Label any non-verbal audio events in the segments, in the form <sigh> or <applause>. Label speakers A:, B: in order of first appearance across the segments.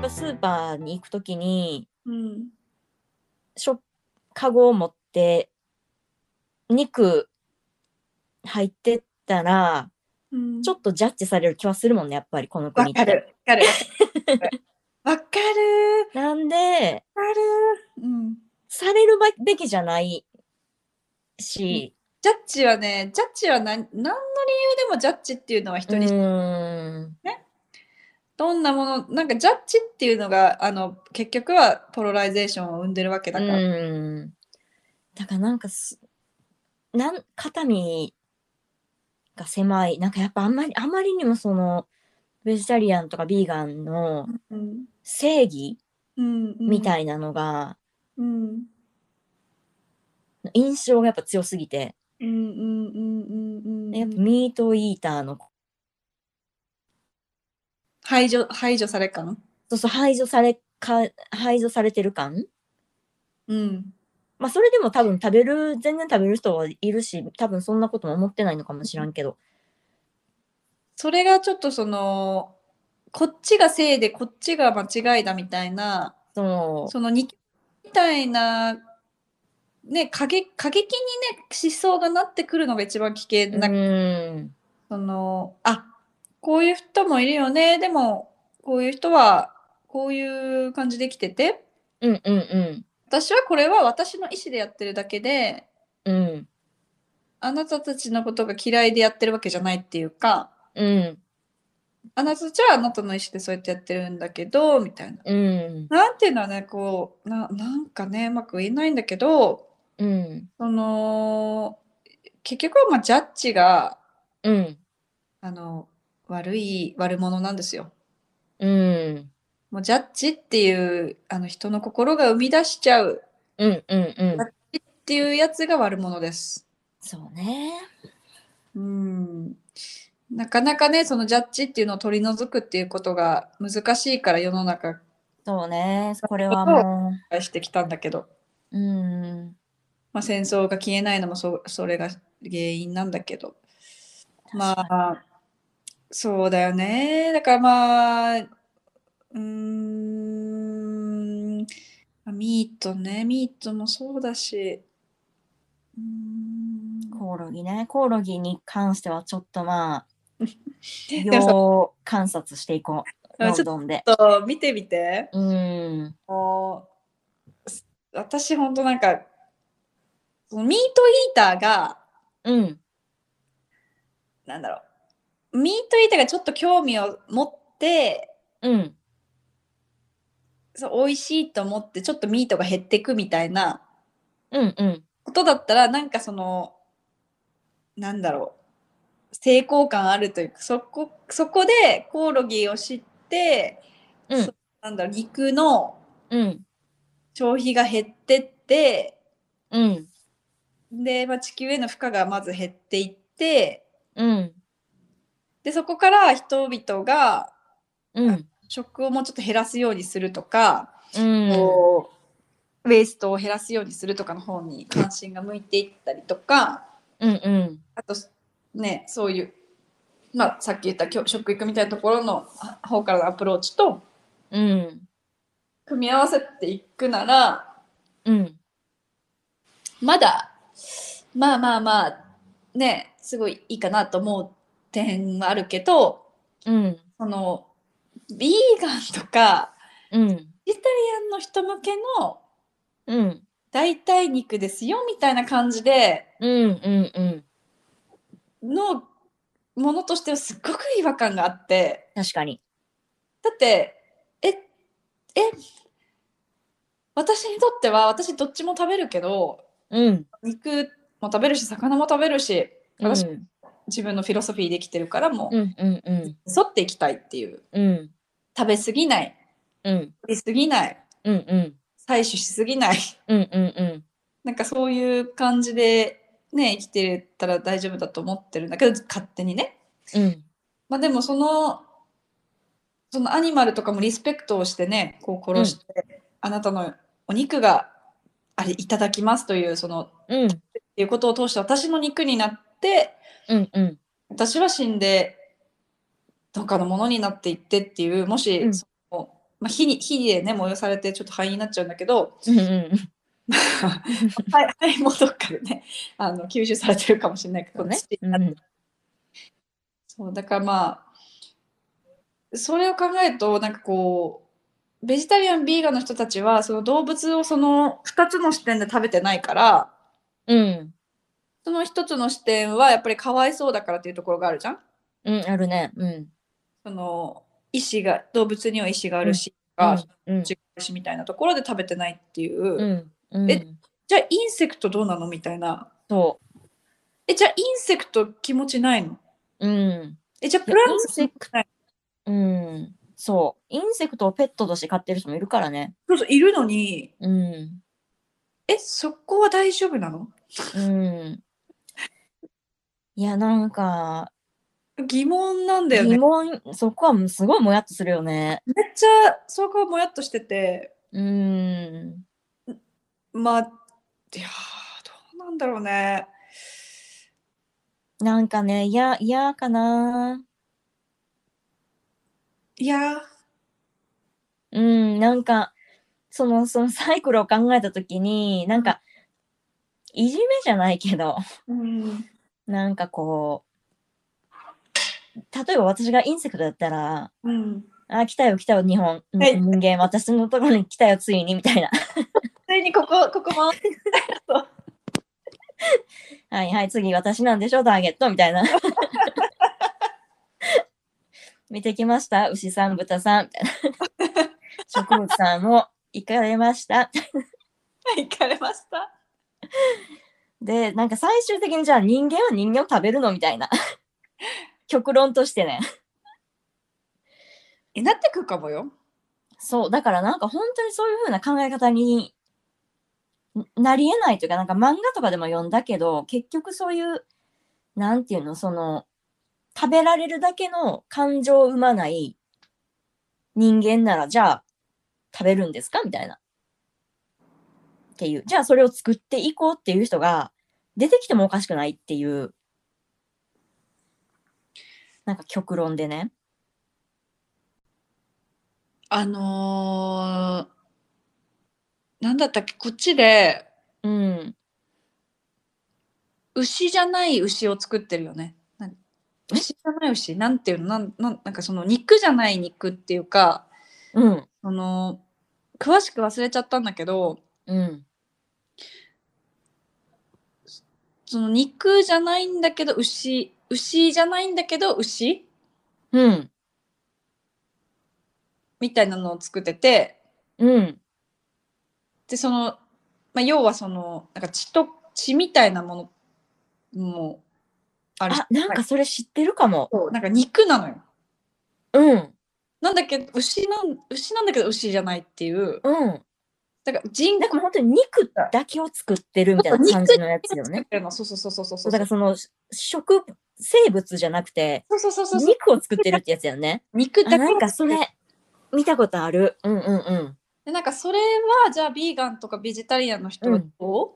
A: るスーパーに行くときに、
B: うん。
A: ショッカゴを持って、肉入ってったら、
B: うん
A: ちょっとジャッジされる気はするもんね、やっぱりこの
B: わ
A: 国っ
B: か
A: て。
B: る。わかる。
A: <laughs>
B: わかる。わかる
A: なんで、
B: わかる。うん。
A: されるべきじゃないし、
B: ジャッジはね、ジャッジは何何の理由でもジャッジっていうのは
A: う
B: 人に、
A: ーん、
B: どんなもの、なんかジャッジっていうのがあの結局はポロライゼーションを生んでるわけだ
A: う
B: から。
A: ーん。だからなんかす、なん肩身が狭い、なんかやっぱあんまり、あまりにもその、ベジタリアンとかビーガンの
B: うん
A: 正義
B: うんうん、
A: みた
B: い。
A: いなのが、
B: うん
A: 印象がやっぱ強すぎて、
B: うんうんうんうんうん
A: やっぱ
B: うん
A: ミートイーターの
B: 排除排除され感
A: そうそう排除されか排除されてる感
B: うん
A: まあそれでも多分食べる全然食べる人はいるし多分そんなことも思ってないのかもしらんけど
B: それがちょっとそのこっちが正でこっちが間違いだみたいな
A: その
B: その二極みたいなね過激過激にね思想がなってくるのが一番危険
A: う
B: な、
A: ーん
B: そのあこういう人もいるよねでもこういう人はこういう感じで生きてて
A: うんうん
B: 私はこれは私の意思でやってるだけで
A: うんうん
B: あなたたちのことが嫌いでやってるわけじゃないっていうか
A: うん
B: あなたたちはあなたの意思でそうやってやってるんだけどみたいな。
A: うん
B: なんていうのはねこうななんかねうまく言えないんだけど
A: うん
B: その結局はまあジャッジが
A: うん
B: あの悪い悪者なんですよ。
A: うん
B: もうジャッジっていうあの人の心が生み出しちゃう
A: うんうんうん
B: っていうやつが悪者です。
A: そうね
B: うんなかなかねそのジャッジっていうのを取り除くっていうことが難しいから世の中
A: そうねこれはも
B: がしてきたんだけど、
A: ううん
B: まあ、戦争が消えないのもそそれが原因なんだけどま
A: 確か
B: あそうだよねだからまあうーんまあミートねミートもそうだしうー
A: に
B: ん
A: コオロギねコオロギに関してはちょっとまあ
B: でもさ
A: 要観察していこう
B: う
A: ロ
B: ん
A: ン
B: ちょっ
A: ドンで
B: ちょっと見てみて
A: うん
B: もうす私ほんとなんかそのミートイーターが
A: うん
B: なんだろうミートイーターがちょっと興味を持って
A: うん
B: そう美味しいと思ってちょっとミートが減ってくみたいな
A: うんうん
B: ことだったらなんかそのなんだろう成功感あるというかそこそこでコオロギを知って、
A: うん
B: そなんだろう肉の
A: うん
B: 消費が減ってって
A: うん
B: で、まあ、地球への負荷がまず減っていって
A: うん
B: でそこから人々が
A: うん
B: 食をもうちょっと減らすようにするとか、
A: うん
B: こうウェイストを減らすようにするとかの方に関心が向いていったりとか
A: うん
B: あとねそういう、まあ、さっき言った教食育みたいなところのあ方からのアプローチと
A: うん
B: 組み合わせていくなら
A: うん
B: まだまあまあまあねすごいいいかなと思う点はあるけど
A: うん
B: そのビーガンとか
A: うん
B: ベジタリアンの人向けの
A: うん
B: 代替肉ですよみたいな感じで
A: うんうんうん
B: のものとしてはすっごく違和感があって
A: 確かに
B: だってええ私にとっては私どっちも食べるけど
A: うん
B: 肉も食べるし魚も食べるし
A: うん
B: 私、自分のフィロソフィーで生きてるからもう、
A: うんうんうん
B: 沿っていきたいっていう
A: うん
B: 食べ過ぎない
A: うん
B: 取り過ぎない
A: うんうん
B: 採取しすぎない <laughs>
A: うんうんうん
B: なんかそういう感じでね生きてたら大丈夫だと思ってるんだけど勝手にね
A: うん
B: まあでもそのそのアニマルとかもリスペクトをしてねこう殺して、あなたのお肉があれいただきますというそのっ
A: うん
B: ていうことを通して私の肉になって
A: うんうん
B: 私は死んで他のものになっていってっていうもし、
A: うん
B: そのまあ、火に火でね燃やされてちょっと灰になっちゃうんだけど
A: うんうん。
B: 灰灰もどっかでねあの吸収されてるかもしれないけ
A: そ
B: ど
A: うね
B: 土。
A: う
B: になって
A: ん。
B: そうだからまあそれを考えるとなんかこうベジタリアンビーガンの人たちはその動物をその2つの視点で食べてないから
A: うん。
B: その1つの視点はやっぱりかわいそうだからっていうところがあるじゃん。
A: うん、あるね。うん。
B: その意思が動物には意思があるし、が
A: うん。
B: 違うしみたいなところで食べてないっていう、
A: うん。うん。
B: えじゃあインセクトどうなのみたいな
A: そ
B: えじゃあインセクト気持ちないの
A: う。うん。
B: えじゃあプラン
A: いやインセ
B: ツない
A: うん。そう。インセクトをペットとして飼ってる人もいるからね。
B: そうそういるのに
A: うん。
B: えそこは大丈夫なの
A: うん。いや、なんか、
B: 疑問なんだよね
A: 疑問、そこはもうすごいもやっとするよね。
B: めっちゃそこはもやっとしてて
A: うん。
B: まあいやーどうなんだろうね
A: なんかね、いや、嫌かな。
B: いやー
A: うん、なんか、その、そのサイクルを考えたときに、なんか、いじめじゃないけど、
B: うん
A: なんかこう、例えば私がインセクトだったら、
B: うん
A: あ、来たよ来たよ日本、うん
B: はい
A: 人間、私のところに来たよついに、みたいな。 <laughs>
B: ついにここここも
A: はいはい、次私なんでしょ、ターゲットみ
B: <laughs>
A: たいな。見てきました、牛さん、豚さん、みたいな
B: <laughs>
A: 植物さんも行かれました。
B: 行かれました
A: で、なんか最終的にじゃあ人間は人間を食べるのみたいな。極論としてね。
B: えなってくるかもよ
A: そう、だからなんか本当にそういう風な考え方になり得ないというか、なんか漫画とかでも読んだけど、結局そういう、なんていうの、その、食べられるだけの感情を生まない人間なら、じゃあ食べるんですかみたいな。っていう。じゃあそれを作っていこうっていう人が出てきてもおかしくないっていう、なんか極論でね。
B: あのー、なんだったっけこっちで
A: うん。
B: 牛じゃない牛を作ってるよね。なん牛じゃない牛なんていうのなんなんなんかその肉じゃない肉っていうか
A: うん。
B: その詳しく忘れちゃったんだけど
A: うん。
B: その肉じゃないんだけど牛牛じゃないんだけど牛
A: うん。
B: みたいなのを作ってて
A: うん。
B: でその、まあ、要はそのなんか血と血みたいなものもある
A: あ、なんかそれ知ってるかも。
B: そうなんか肉なのよ。
A: うん、
B: なんだけど牛なん牛なんだけど牛じゃないっていう
A: うん。
B: だから人
A: なんかもう本当に肉だけを作ってるみたいな感じのやつよ
B: 作っ
A: ね。
B: てるのそうそうそうそうそう
A: そ
B: そうう
A: だからその食生物じゃなくて
B: そうそうそうそう
A: 肉を作ってるってやつやんね。
B: 肉
A: あ
B: だけ
A: なんかそれ見たことある。うんうんうん。
B: でなんかそれはじゃあビーガンとかベジタリアンの人
A: う
B: は
A: ん
B: どう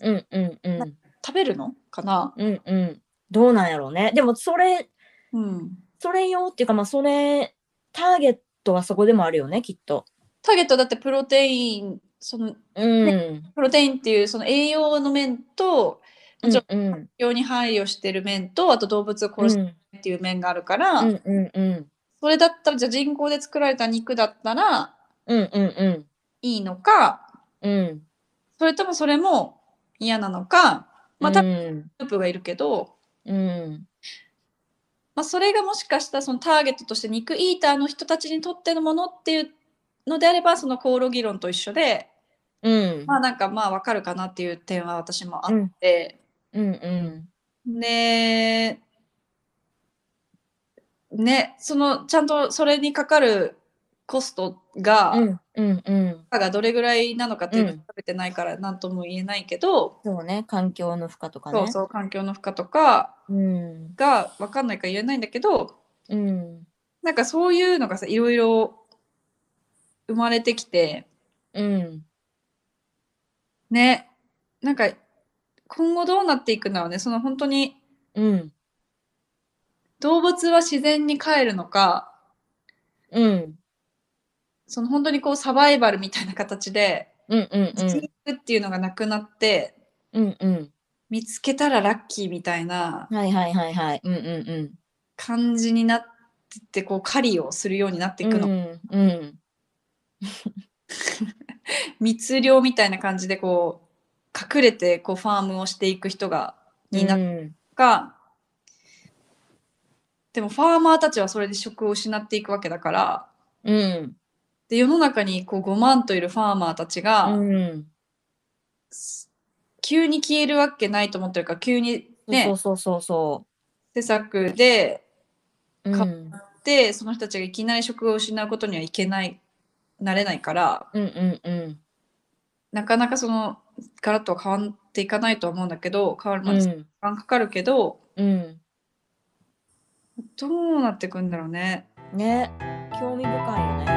A: うんうんうん。
B: 食べるのかな
A: うんうん。どうなんやろうね。でもそれ、
B: うん
A: それ用っていうかまあそれ、ターゲットはそこでもあるよね、きっと。
B: ターゲットだってプロテインその
A: うん。
B: プロテインっていうその栄養の面と
A: うん
B: ちょ
A: うん。
B: 栄養に配慮してる面とあと動物を
A: うん
B: 殺してるっていう面があるから、
A: うんうんうん。
B: それだったらじゃあ人工で作られた肉だったら
A: うんうん
B: いいのか
A: うん。うん。
B: それともそれも嫌なのかまあ多
A: う
B: 分
A: ん
B: グループがいるけど、
A: うん。
B: まあ、それがもしかしたらそのターゲットとして肉イーターの人たちにとってのものっていうのであればそのコオロギ論と一緒で
A: うん。
B: まあなんかまあわかるかなっていう点は私もあ
A: う
B: っ
A: ん
B: て、
A: うんうん
B: でねそのちゃんとそれにかかるコストが,、
A: うんうんうん
B: がどれぐらいなのかっていうの
A: う
B: を
A: ん
B: 食べてないから何とも言えないけど、
A: そうね環境の負荷とかね
B: そうそう環境の負荷とか
A: うん
B: がわかんないから言えないんだけど
A: うん
B: なんかそういうのがさいろいろ生まれてきて
A: うん
B: ねなんか今後どうなっていくのはねその本当に
A: うん
B: 動物は自然に帰るのか
A: うん
B: その本当にこうサバイバルみたいな形で、
A: うんうん
B: 生き抜くっていうのがなくなって、
A: うんうん
B: 見つけたらラッキーみたいな
A: うんはいはいはいはいうんうんうん
B: 感じになってって、こう狩りをするようになっていくの。
A: うんうん
B: 密漁みたいな感じでこう、隠れてこうファームをしていく人が、になっ
A: うん
B: がでもファーマーたちはそれで職を失っていくわけだから
A: うん
B: で世の中にこう5万といるファーマーたちが、
A: うん
B: す急に消えるわけないと思ってるから急にね
A: そうそうそうそ
B: 施策で
A: うう
B: か
A: ん
B: でその人たちがいきなり職を失うことにはいけないなれないから
A: うんうんうん
B: なかなかそのガラッとは変わっていかないとは思うんだけど変わるま
A: う
B: で時
A: ん
B: 間かかるけど、
A: うん
B: どうなってくんだろうね。
A: ね興味深いよね